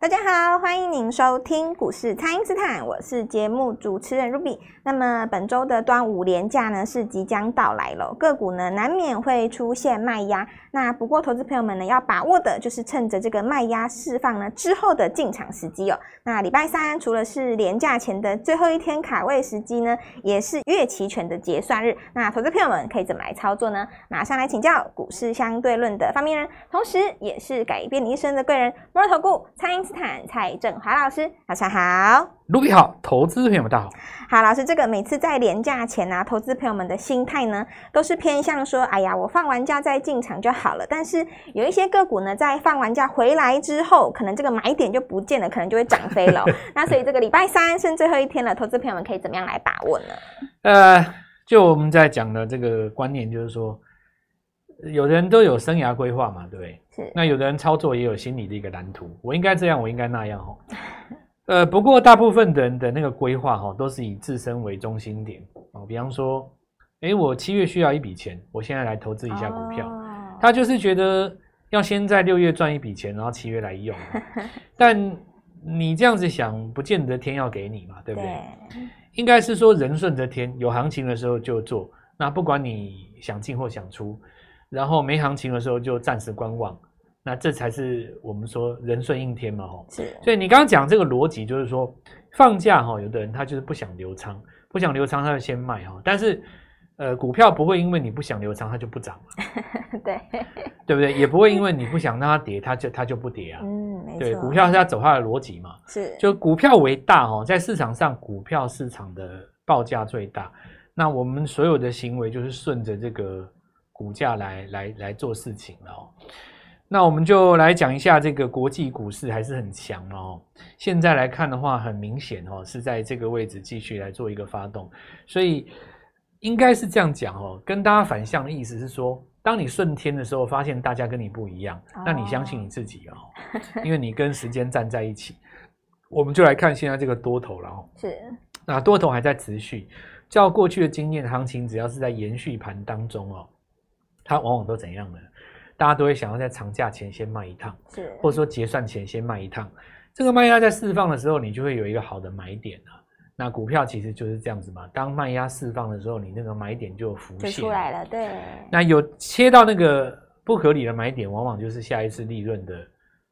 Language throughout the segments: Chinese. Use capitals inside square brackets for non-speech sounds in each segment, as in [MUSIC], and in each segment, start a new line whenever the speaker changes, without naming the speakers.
大家好，欢迎您收听股市蔡因斯坦，我是节目主持人 Ruby。那么本周的端午连假呢是即将到来了，个股呢难免会出现卖压。那不过投资朋友们呢要把握的就是趁着这个卖压释放呢之后的进场时机哦。那礼拜三除了是连假前的最后一天卡位时机呢，也是月期权的结算日。那投资朋友们可以怎么来操作呢？马上来请教股市相对论的发明人，同时也是改变你一生的贵人——摩尔投顾蔡因斯坦蔡振华老师，早上好。
卢比好，投资朋友们大家好。
好，老师，这个每次在廉价前啊，投资朋友们的心态呢，都是偏向说，哎呀，我放完假再进场就好了。但是有一些个股呢，在放完假回来之后，可能这个买点就不见了，可能就会涨飞
[LAUGHS]
了哦、那所以这个礼拜三剩最后一天了，投资朋友们可以怎么样来把握呢？
呃，就我们在讲的这个观念，就是说，有的人都有生涯规划嘛，对不对？
是，
那有的人操作也有心理的一个蓝图，我应该这样，我应该那样哦。呃，不过大部分的人的那个规划哈、哦，都是以自身为中心点哦。比方说，诶，我七月需要一笔钱，我现在来投资一下股票。
哦
他就是觉得要先在六月赚一笔钱，然后七月来用哦。但你这样子想，不见得天要给你嘛，对不对？应该是说人顺着天，有行情的时候就做，那不管你想进或想出，然后没行情的时候就暂时观望，那这才是我们说人顺应天嘛吼。
是，
所以你刚刚讲这个逻辑，就是说放假哈、有的人他就是不想留仓，不想留仓他就先卖哈、但是呃股票不会因为你不想留仓它就不涨嘛，
[LAUGHS] 对，
对不对？也不会因为你不想让它跌，它就它就不跌啊。
嗯，没错，
对，股票是要走它的逻辑嘛。
是，
就股票为大哦，在市场上，股票市场的报价最大。那我们所有的行为就是顺着这个股价来来来做事情了哦。那我们就来讲一下这个国际股市还是很强哦。现在来看的话，很明显哦，是在这个位置继续来做一个发动，所以应该是这样讲哦。跟大家反向的意思是说，当你顺天的时候，发现大家跟你不一样，那你相信你自己哦，因为你跟时间站在一起。我们就来看现在这个多头了哦，
是，
那多头还在持续。照过去的经验，行情只要是在延续盘当中哦，它往往都怎样呢？大家都会想要在长假前先卖一趟，
是，
或者说结算前先卖一趟。这个卖压在释放的时候，你就会有一个好的买点啊。那股票其实就是这样子嘛，当卖压释放的时候，你那个买点就有浮
就
现
出来了，对，
那有切到那个不合理的买点，往往就是下一次利润的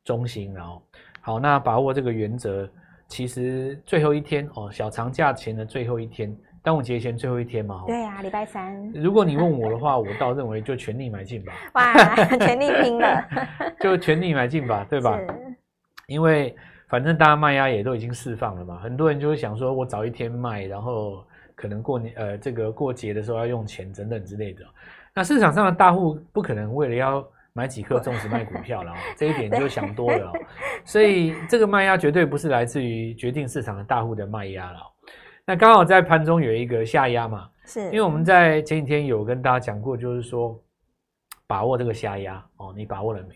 中心然后，好，那把握这个原则，其实最后一天哦，小长假前的最后一天，端午节前最后一天嘛。哦
对啊，礼拜
[LAUGHS]
三，
如果你问我的话，我倒认为就全力买进吧，
哇， [LAUGHS] 全力拼
[LAUGHS]
了，
就全力买进吧，对
是
吧？因为反正大家卖压也都已经释放了嘛，很多人就会想说，我早一天卖，然后可能过年呃这个过节的时候要用钱等等之类的。那市场上的大户不可能为了要买几颗粽子卖股票了、哦，这一点就想多了、哦。所以这个卖压绝对不是来自于决定市场的大户的卖压了哦、那刚好在盘中有一个下压嘛，
是，
因为我们在前几天有跟大家讲过，就是说把握这个下压哦，你把握了没？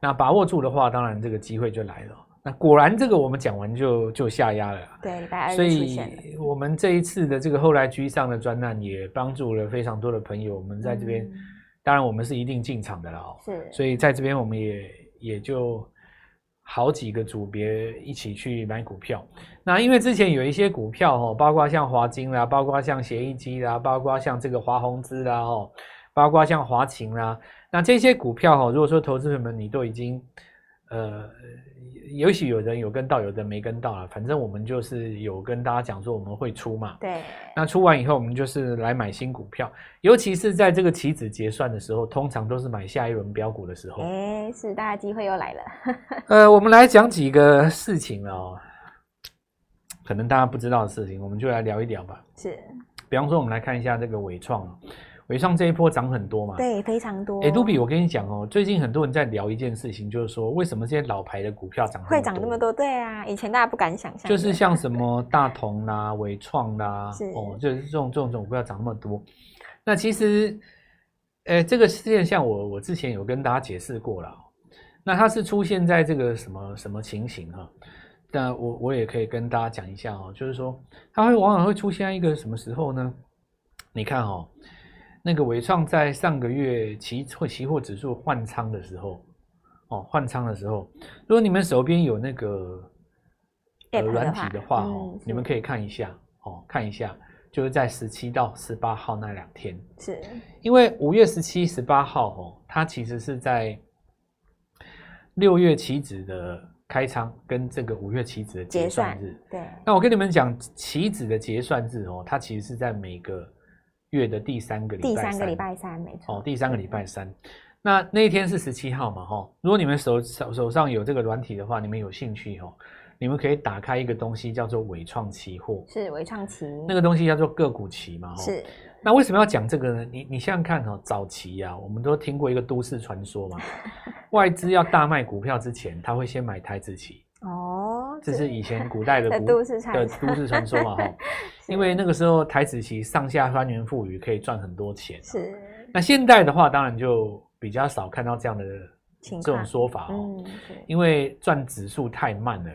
那把握住的话，当然这个机会就来了。那果然这个我们讲完就就下压了啦，
对礼拜二
所
就出现了，
以我们这一次的这个后来居上的专案也帮助了非常多的朋友。我们在这边，
嗯
当然我们是一定进场的了哦。
是，
所以在这边我们也也就好几个组别一起去买股票。那因为之前有一些股票哦，包括像华金啦，包括像协议机啦，包括像这个华宏资啦哦，包括像华勤啦，那这些股票哦，如果说投资人们你都已经呃，也许有人有跟到，有人没跟到了，反正我们就是有跟大家讲说我们会出嘛。
对，
那出完以后，我们就是来买新股票，尤其是在这个期指结算的时候，通常都是买下一轮标股的时候。
哎，是，大家机会又来了，
呃，我们来讲几个事情哦，可能大家不知道的事情，我们就来聊一聊吧。
是，
比方说，我们来看一下这个伟创，哦伟创这一波涨很多嘛。。
对，非常多，
啊哎，杜比，我跟你讲哦，最近很多人在聊一件事情，就是说为什么这些老牌的股票涨
会涨这么？多，对啊，以前大家不敢想象的，啊
就是像什么大同啦、伟创啦
是，
哦，就是这种这种这种股票涨那么多。那其实，呃，这个现象我我之前有跟大家解释过了哦。那它是出现在这个什么什么情形哈、那我我也可以跟大家讲一下哦，就是说它会往往会出现在一个什么时候呢？你看哦，那个伟创在上个月期期货指数换仓的时候，哦换仓的时候，如果你们手边有那个呃
App 的
软体
话
的话哦，
嗯
你们
是
可以看一下哦，看一下就是在十七到十八号那两天，
是
因为五月十七、十八号哦，它其实是在六月期指的开仓跟这个五月期指的结
结
算
算
日。
对，
那我跟你们讲，期指的结算日哦，它其实是在每个月的第三个礼拜
第
三
三个礼拜三没错。
哦，第三个礼拜三。那那一天是十七号嘛，哈、如果你们手手手上有这个软体的话，你们有兴趣哦，你们可以打开一个东西叫做伟创期货，
是微创期，
那个哦东西叫做个股期嘛，哈、
是
那为什么要讲这个呢？你你想想看哦，早期啊，我们都听过一个都市传
[LAUGHS]
说嘛，外资要大卖股票之前，他会先买台子期，
哦，
这是以前
[LAUGHS]
古代的
在
古
都市传
的
说
都市传说嘛哈。
[LAUGHS] 是
因为那个时候台子期上下翻云覆雨，可以赚很多钱。啊
是
那现代的话，当然就比较少看到这样的
情
这种
况
说法哦，
嗯是
因为赚指数太慢了，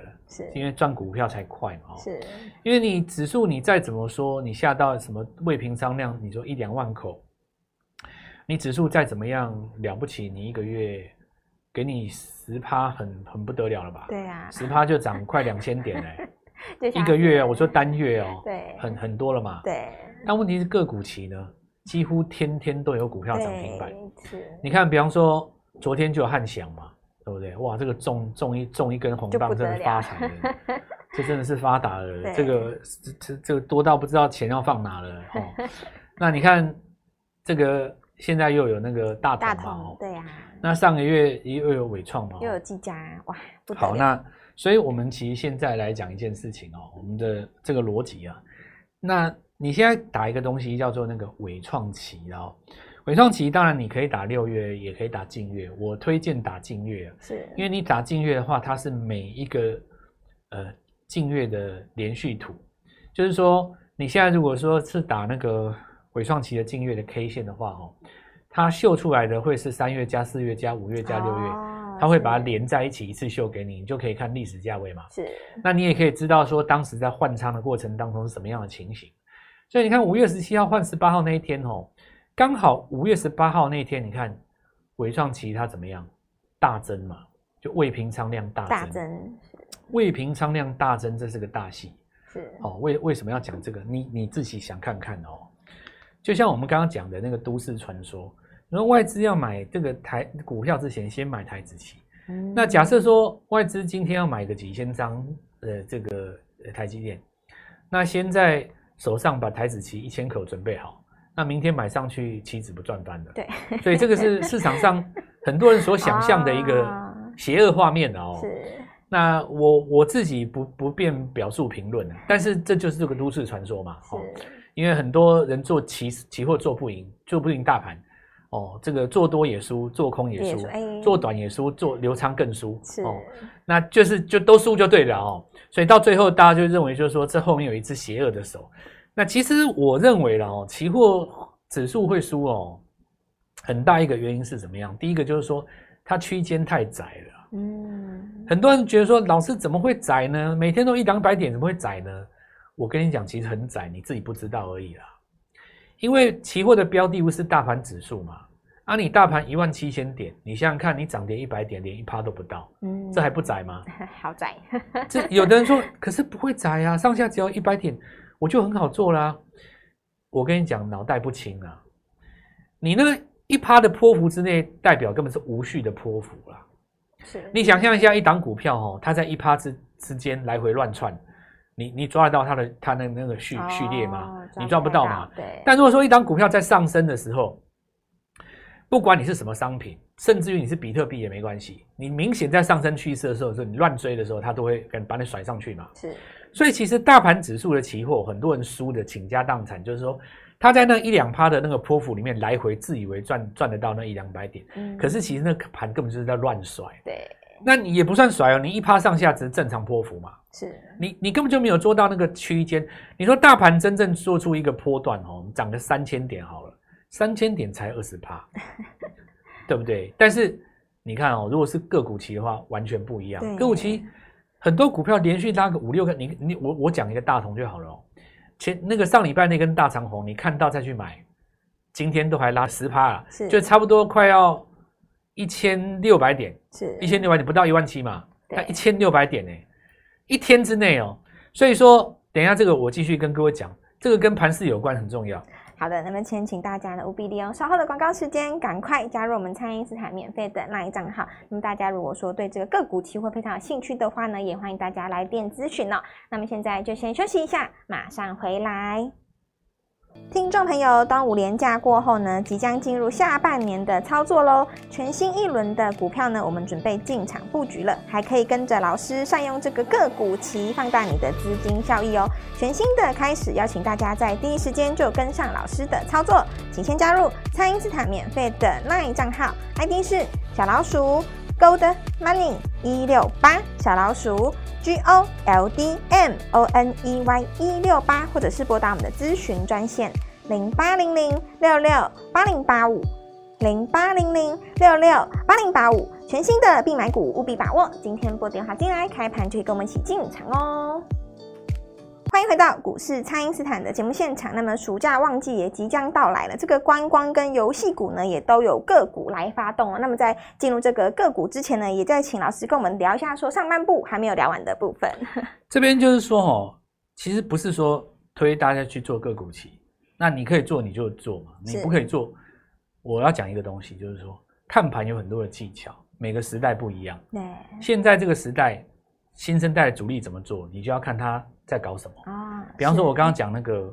因
是
为赚股票才快嘛。哦
是
因为你指数你再怎么说，你下到什么未平仓量，你说一两万口，你指数再怎么样了不起，你一个月给你十趴，很很不得了了吧？
对啊，
十趴就涨快两千
[LAUGHS]
点嘞、
就
一
像
个月
是
我说单月哦、
对
很很多了嘛。
对
但问题是个股期呢，几乎天天都有股票
对
涨停板。
是
你看，比方说昨天就有汉翔嘛，对不对？哇，这个中中一中一根红
就不
棒，真
得
的
了
发财了，
[LAUGHS]
这真的是发达了
对，
这个这这这个多到不知道钱要放哪
[LAUGHS]
了哦。那你看这个现在又有那个大
大
同嘛
同
哦，
对啊，
那上个月又有伟创嘛哦，
又有技嘉哇，不得
好，
了
那所以我们其实现在来讲一件事情哦，我们的这个逻辑啊，那你现在打一个东西叫做那个伪创期哦，伪创期当然你可以打六月，也可以打近月，我推荐打近月啊，
是
因为你打近月的话，它是每一个呃近月的连续图，就是说你现在如果说是打那个伪创期的近月的 K 线的话哦，它秀出来的会是三月加四月加五月加六月。
哦
它会把
是
它连在一起一次秀给你，你就可以看历史价位嘛。
是
那你也可以知道说当时在换仓的过程当中是什么样的情形。所以你看五月十七号换十八号那一天哦，刚好五月十八号那一天，你看伟创期它怎么样大增嘛，就未平仓量大增，
大增
未平仓量大增，这是个大戏。
是
哦，为为什么要讲这个？你你自己想看看哦。就像我们刚刚讲的那个都市传说，然后外资要买这个台股票之前，先买台子期。
嗯
那假设说外资今天要买个几千张，呃，这个呃台积电，那先在手上把台子期一千口准备好，那明天买上去，期指不赚翻的。
对
所以这个是市场上很多人所想象的一个
啊
邪恶画面 [LAUGHS] 哦。
是
那我我自己不不便表述评论了，但是这就是这个都市传说嘛，哦，
是
因为很多人做期期货做不赢，做不赢大盘，哦，这个做多也输，做空也
也
输
输哎，
做短也输，做留仓更输，
是
哦，那就是就都输就对了哦，所以到最后大家就认为就是说这后面有一只邪恶的手，那其实我认为啦哦，期货指数会输哦，很大一个原因是怎么样？第一个就是说它区间太窄了。
嗯
很多人觉得说，老师怎么会窄呢？每天都一两百点，怎么会窄呢？我跟你讲，其实很窄，你自己不知道而已啦。因为期货的标的物是大盘指数嘛，啊，你大盘一万七千点，你想想看，你涨跌一百点，连一趴都不到，
嗯
这还不窄吗？
[LAUGHS] 好
[LAUGHS]
窄
这有的人说，可是不会窄啊，上下只要一百点，我就很好做啦。我跟你讲，脑袋不清啊，你那个一趴的波幅之内，代表根本是无序的波幅啦、
是
你想象一下，一档股票哦，它在一趴之之间来回乱窜，你你抓得到它的它的那个序序列吗
哦？
你抓不到嘛？
对，
但如果说一档股票在上升的时候，不管你是什么商品，甚至于你是比特币也没关系，你明显在上升趋势的时候，说你乱追的时候，它都会可能把你甩上去嘛。
是
所以其实大盘指数的期货，很多人输的倾家荡产，就是说他在那一两趴的那个波幅里面来回，自以为赚赚得到那一两百点，
嗯
可是其实那个盘根本就是在乱甩。
对
那你也不算甩哦，你一趴上下只是正常波幅嘛，
是
你你根本就没有做到那个区间。你说大盘真正做出一个波段哦，涨个三千点好了，三千点才二
[LAUGHS]
十趴，对不对？但是你看哦，如果是个股期的话，完全不一
对
样。个股期很多股票连续拉个五六个，你你我我讲一个大同就好了哦。前那个上礼拜那根大长红，你看到再去买，今天都还拉十趴了
是，
就差不多快要一千六百点，
是
一千六百点不到一万七嘛，
对
它一千六百点呢、一天之内哦。所以说，等一下这个我继续跟各位讲，这个跟盘势有关，很重要。
好的，那么先请大家呢务必利用稍后的广告时间，赶快加入我们蔡因斯坦免费的 LINE 账号。那么大家如果说对这个个股期货非常有兴趣的话呢，也欢迎大家来电咨询哦。那么现在就先休息一下，马上回来。听众朋友，端午连假过后呢，即将进入下半年的操作喽。全新一轮的股票呢，我们准备进场布局了，还可以跟着老师善用这个个股期，放大你的资金效益哦。全新的开始，邀请大家在第一时间就跟上老师的操作，请先加入蔡因斯坦免费的 LINE 账号，ID 是小老鼠 Gold Money 一六八，小老鼠 G O L D M O N E Y 一六八，或者是拨打我们的咨询专线零八零零六六八零八五。零八零零六六八零八五，全新的必买股务必把握。今天拨电话进来，开盘就可以跟我们一起进场哦。欢迎回到股市，蔡因斯坦的节目现场。那么暑假旺季也即将到来了，这个观光跟游戏股呢也都有个股来发动了。那么在进入这个个股之前呢，也再请老师跟我们聊一下，说上半部还没有聊完的部
[LAUGHS]
分。
这边就是说哦，其实不是说推大家去做个股期，那你可以做你就做嘛，你
是
不可以做。我要讲一个东西，就是说看盘有很多的技巧，每个时代不一样。
对
现在这个时代，新生代的主力怎么做，你就要看他在搞什么。
啊，
比方说，
是
我刚刚讲那个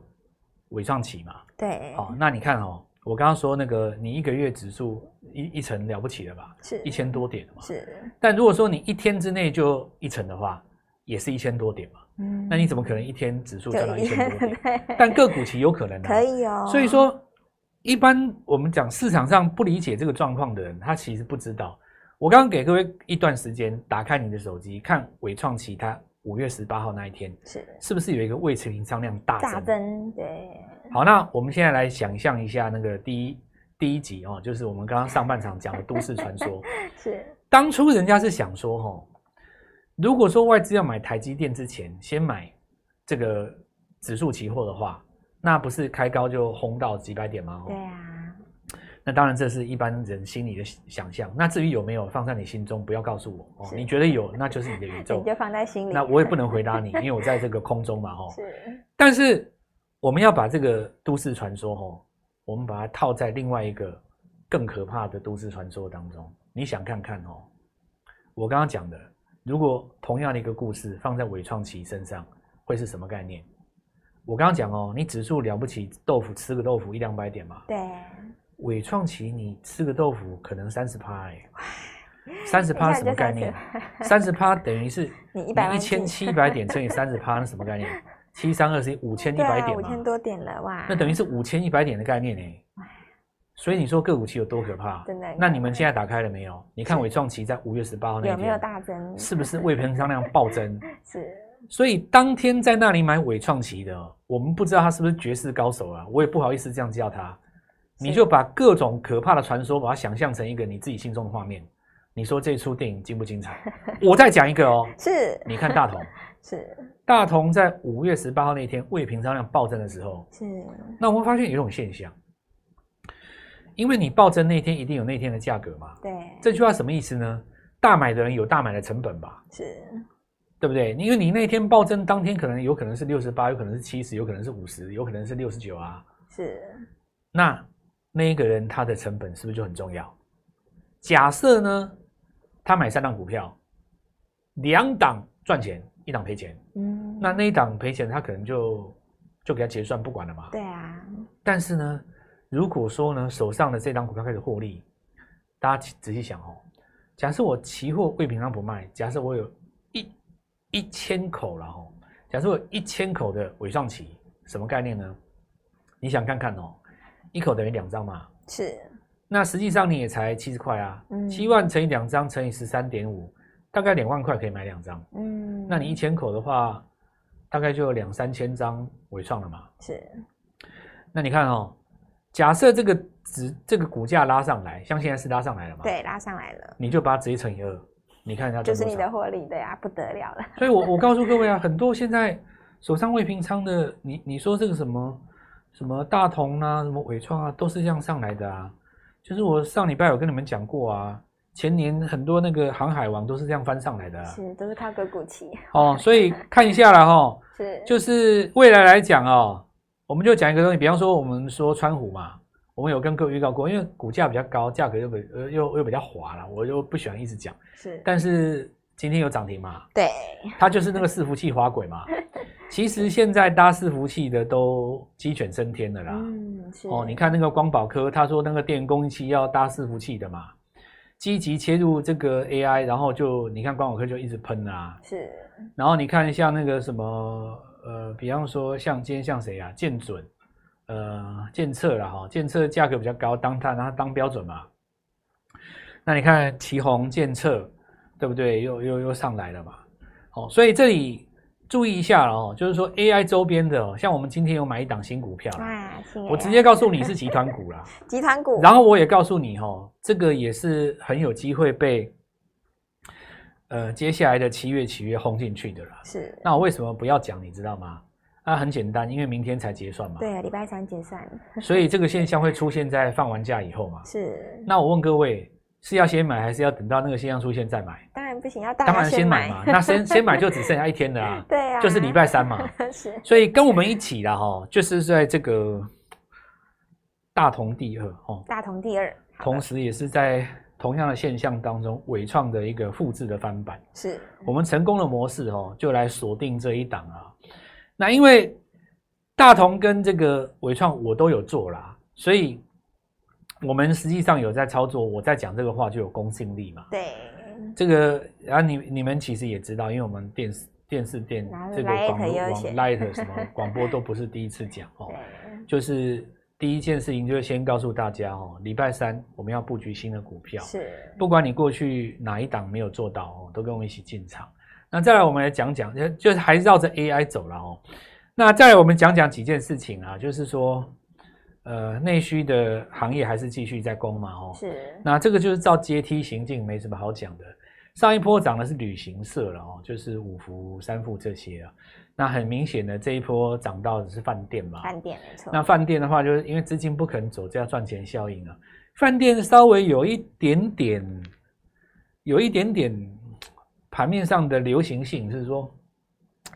伪创期嘛，
对，
好、那你看哦，我刚刚说那个你一个月指数一一成了不起了吧，
是
一千多点嘛。
是，
但如果说你一天之内就一成的话，也是一千多点嘛。
嗯
那你怎么可能一天指数
就
涨到一千多
[LAUGHS]
点？
对
但个股期有可能、啊，
可。以哦？
所以说，一般我们讲市场上不理解这个状况的人，他其实不知道。我刚刚给各位一段时间，打开你的手机，看伟创期它五月十八号那一天
是
是不是有一个未持平仓量大增？
大增，对，
好，那我们现在来想象一下那个第一第一集哦，就是我们刚刚上半场讲的都市
[LAUGHS]
传说。
是
当初人家是想说，哦，如果说外资要买台积电之前，先买这个指数期货的话，那不是开高就轰到几百点吗？哦
对啊，
那当然，这是一般人心里的想象。那至于有没有放在你心中，不要告诉我哦。
是
你觉得有，那就是你的宇
你
宙
就。放在心里。
那我也不能回答你，因为我在这个空中嘛，哦。
[LAUGHS] 是
但是我们要把这个都市传说哦，我们把它套在另外一个更可怕的都市传说当中。你想看看哦，我刚刚讲的，如果同样的一个故事放在伪创奇身上，会是什么概念？我刚刚讲哦，你指数了不起，豆腐吃个豆腐一两百点嘛，
对。啊
伪创奇你吃个豆腐可能三十趴哎，三十
一
趴
下
什么
就
概
30%
念？三十趴等于是
[LAUGHS] 你100万
一千七百点乘以三十趴，那什么概念？七三二十一，五千一
对
百
啊，
点
五
嘛，
千多点了哇！
那等于是五千一百点的概念哎。所以你说个股期有多可怕？
真的很可怕
那你们现在打开了没有？你看伟创期在五月十八号那一
有
天
没有大增？
是
[LAUGHS]
不是未平仓量暴增？
是
所以当天在那里买伟创旗的哦，我们不知道他是不是绝世高手啊，我也不好意思这样叫他。你就把各种可怕的传说，把它想象成一个你自己心中的画面。你说这出电影精不精彩？我再讲一个哦，
是
你看大同，
是
大同在五月十八号那天未平仓量暴增的时候，
是，
那我们发现有一种现象，因为你暴增那天一定有那天的价格嘛。
对，
这句话什么意思呢？大买的人有大买的成本吧？
是
对不对？因为你那天暴增，当天可能有可能是六十八，有可能是七十，有可能是五十，有可能是六十九啊。
是
那那一个人他的成本是不是就很重要？假设呢，他买三档股票，两档赚钱，一档赔钱，
嗯，
那那一档赔钱，他可能就就给他结算不管了嘛。
对啊，
但是呢，如果说呢手上的这档股票开始获利，大家仔细想哦，假设我期货未平仓不卖，假设我有一一千口了哦，假设我有一千口的尾上期，什么概念呢？你想看看哦，一口等于两张嘛，
是
那实际上你也才七十块啊
嗯，
七、万乘以两张乘以十三点五，大概两万块可以买两张，
嗯，
那你一千口的话，大概就有两三千张尾创了嘛。
是
那你看哦，假设这个指这个股价拉上来，像现在是拉上来了嘛？，
对拉上来了，
你就把它直接乘以二，你看一下
就是你的
的。
获利，对啊，不得了了，
所以我我告诉各位啊，很多现在手上未平仓的，你你说这个什么什么大同啊，什么伟创啊，都是这样上来的啊。就是我上礼拜有跟你们讲过啊，前年很多那个航海王都是这样翻上来的、啊、
是，都是靠个股期，
哦，所以看一下啦哈、
是，
就是未来来讲哦，我们就讲一个东西，比方说我们说川湖嘛，我们有跟各位预告过，因为股价比较高，价格又比呃又又比较滑了，我就不喜欢一直讲。
是，
但是今天有涨停嘛，
对，
它就是那个伺服器滑轨嘛。其实现在搭伺服器的都鸡犬升天的啦。
嗯，是，
哦，你看那个光宝科，他说那个电工期要搭伺服器的嘛，积极切入这个 AI，然后就你看光宝科就一直喷啊，
是，
然后你看像那个什么，呃，比方说像今天像谁啊，建准，呃，建策啦哈，建策价格比较高，当它它当标准嘛。那你看旗宏、建策，对不对？又又又上来了嘛。哦，所以这里注意一下哦，就是说 AI 周边的、哦，像我们今天有买一档新股票啦，
哇，新
我
AI
直接告诉你是集团股啦。
集团股，
然后我也告诉你哦，这个也是很有机会被，呃，接下来的七月七月轰进去的啦。
是，
那我为什么不要讲，你知道吗？那、很简单，因为明天才结算嘛，
对啊，礼拜三结算，
所以这个现象会出现在放完假以后嘛。
是，
那我问各位，是要先买还是要等到那个现象出现再买？
当然不行，要大
当
家
然先
先
买
买，，
嘛，那先先买就只剩下一天了
[LAUGHS]
啊
对啊，
就是礼拜三嘛。
[LAUGHS] 是，
所以跟我们一起啦，哈，就是在这个大同第二哦，
大同第二，
同时也是在同样的现象当中，伟创的一个复制的翻版。
是，
我们成功的模式哦，就来锁定这一档啊。那因为大同跟这个伟创我都有做啦，所以我们实际上有在操作，我在讲这个话就有公信力嘛。
对，
这个，然后你你们其实也知道，因为我们电视电视电
然后
这个
Lite
广播
也有
广
写
light 什么
[LAUGHS]
广播都不是第一次讲哦
对，，
就是第一件事情就是先告诉大家哦，礼拜三我们要布局新的股票，
是，
不管你过去哪一档没有做到哦，都跟我们一起进场。那再来，我们来讲讲，就就是还是绕着 AI 走了哦。那再来，我们讲讲几件事情啊，就是说，呃，内需的行业还是继续在攻嘛哦。
是，
那这个就是照阶梯行进，没什么好讲的。上一波涨的是旅行社了哦，就是五福、三富这些啊。那很明显的，这一波涨到的是饭店嘛，
饭店没错，
那饭店的话，就是因为资金不肯走，这要赚钱效应啊。饭店稍微有一点点，有一点点盘面上的流行性，是说，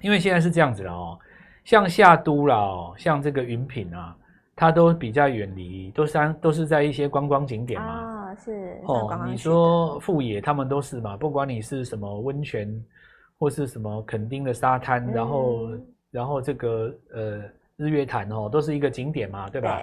因为现在是这样子了哦，像夏都啦、哦，像这个云品啊，它都比较远离，都是安都是在一些观光景点嘛。
啊，是，算观
哦，
光区
你
的
说富野他们都是嘛，不管你是什么温泉，或是什么垦丁的沙滩，然后
嗯
然后这个呃日月潭哦，都是一个景点嘛，对
对
吧？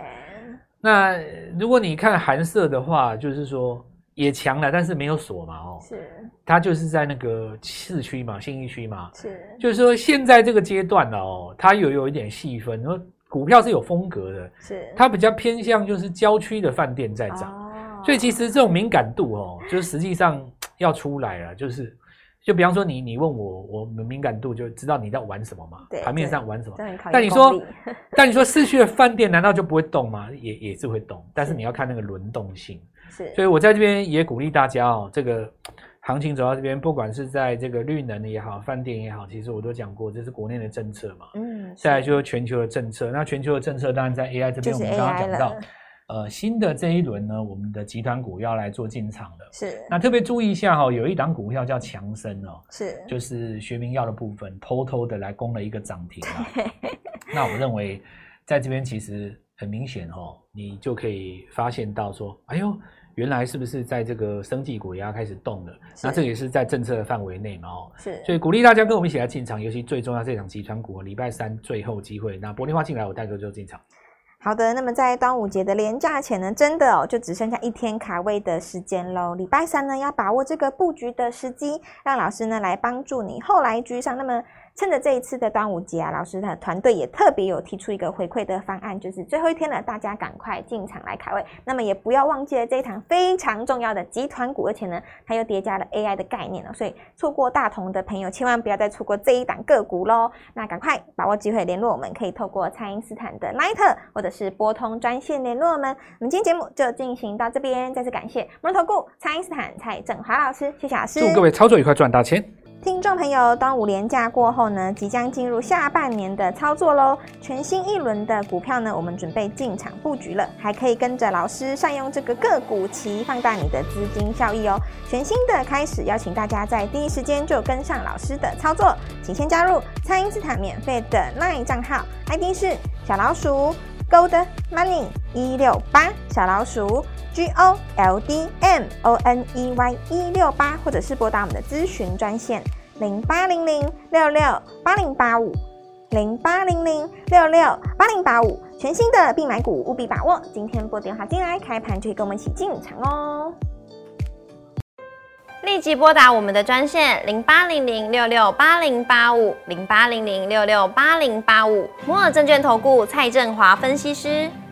那呃如果你看韩舍的话，就是说也强了，但是没有锁嘛哦，
是
它就是在那个市区嘛，信义区嘛，
是，
就是说现在这个阶段哦，它有有一点细分，然后股票是有风格的，
是
它比较偏向就是郊区的饭店在涨。
哦
所以其实这种敏感度哦，就是实际上要出来了，就是就比方说你你问我，我们敏感度就知道你在玩什么嘛
对，
盘面上玩什么
这。很考验
但你
功
说
力，
但你说市区的饭店难道就不会动吗？也也是会动，但是
是
你要看那个轮动性。
是，
所以我在这边也鼓励大家哦，这个行情走到这边，不管是在这个绿能也好，饭店也好，其实我都讲过，这是国内的政策嘛。
嗯，
再来
是
就是全球的政策，那全球的政策当然在 AI 这
就
边，
是
我们刚刚
AI
讲到
了，，
呃，新的这一轮呢，我们的集团股要来做进场了。
是
那特别注意一下哦，有一档股票叫强生哦，
是
就是学名药的部分，偷偷的来攻了一个涨停啊。 [LAUGHS] 那我认为在这边其实很明显哦，你就可以发现到说，哎呦，原来是不是在这个生技股也要开始动了？那
是
这个也是在政策的范围内嘛哦。
是，
所以鼓励大家跟我们一起来进场，尤其最重要这场集团股，礼拜三最后机会，那玻璃花进来，我带哥就进场。
好的，那么在端午节的连假前呢，真的哦，就只剩下一天卡位的时间喽。礼拜三呢，要把握这个布局的时机，让老师呢来帮助你后来居上。那么趁着这一次的端午节啊，老师的团队也特别有提出一个回馈的方案，就是最后一天了，大家赶快进场来卡位。那么也不要忘记了这一堂非常重要的集团股，而且呢，它又叠加了 AI 的概念哦，所以错过大同的朋友，千万不要再错过这一档个股喽。那赶快把握机会联络我们，可以透过蔡因斯坦的 Line 或者是拨通专线联络我们。我们今天节目就进行到这边，再次感谢摩投顾蔡因斯坦蔡振华老师，谢谢老师，
祝各位操作愉快，赚大钱！
听众朋友，端午连假过后呢，即将进入下半年的操作喽。全新一轮的股票呢，我们准备进场布局了，还可以跟着老师善用这个个股期，放大你的资金效益哦。全新的开始，邀请大家在第一时间就跟上老师的操作，请先加入蔡因斯坦免费的 LINE 账号，ID 是小老鼠 Gold Money 一六八，小老鼠 G O L D M O N E Y 一六八，或者是拨打我们的咨询专线零八零零六六八零八五零八零零六六八零八五。全新的必买股，务必把握！今天拨电话进来，开盘就可以跟我们一起进场哦。
立即拨打我们的专线零八零零六六八零八五零八零零六六八零八五摩尔证券投顾蔡振华分析师。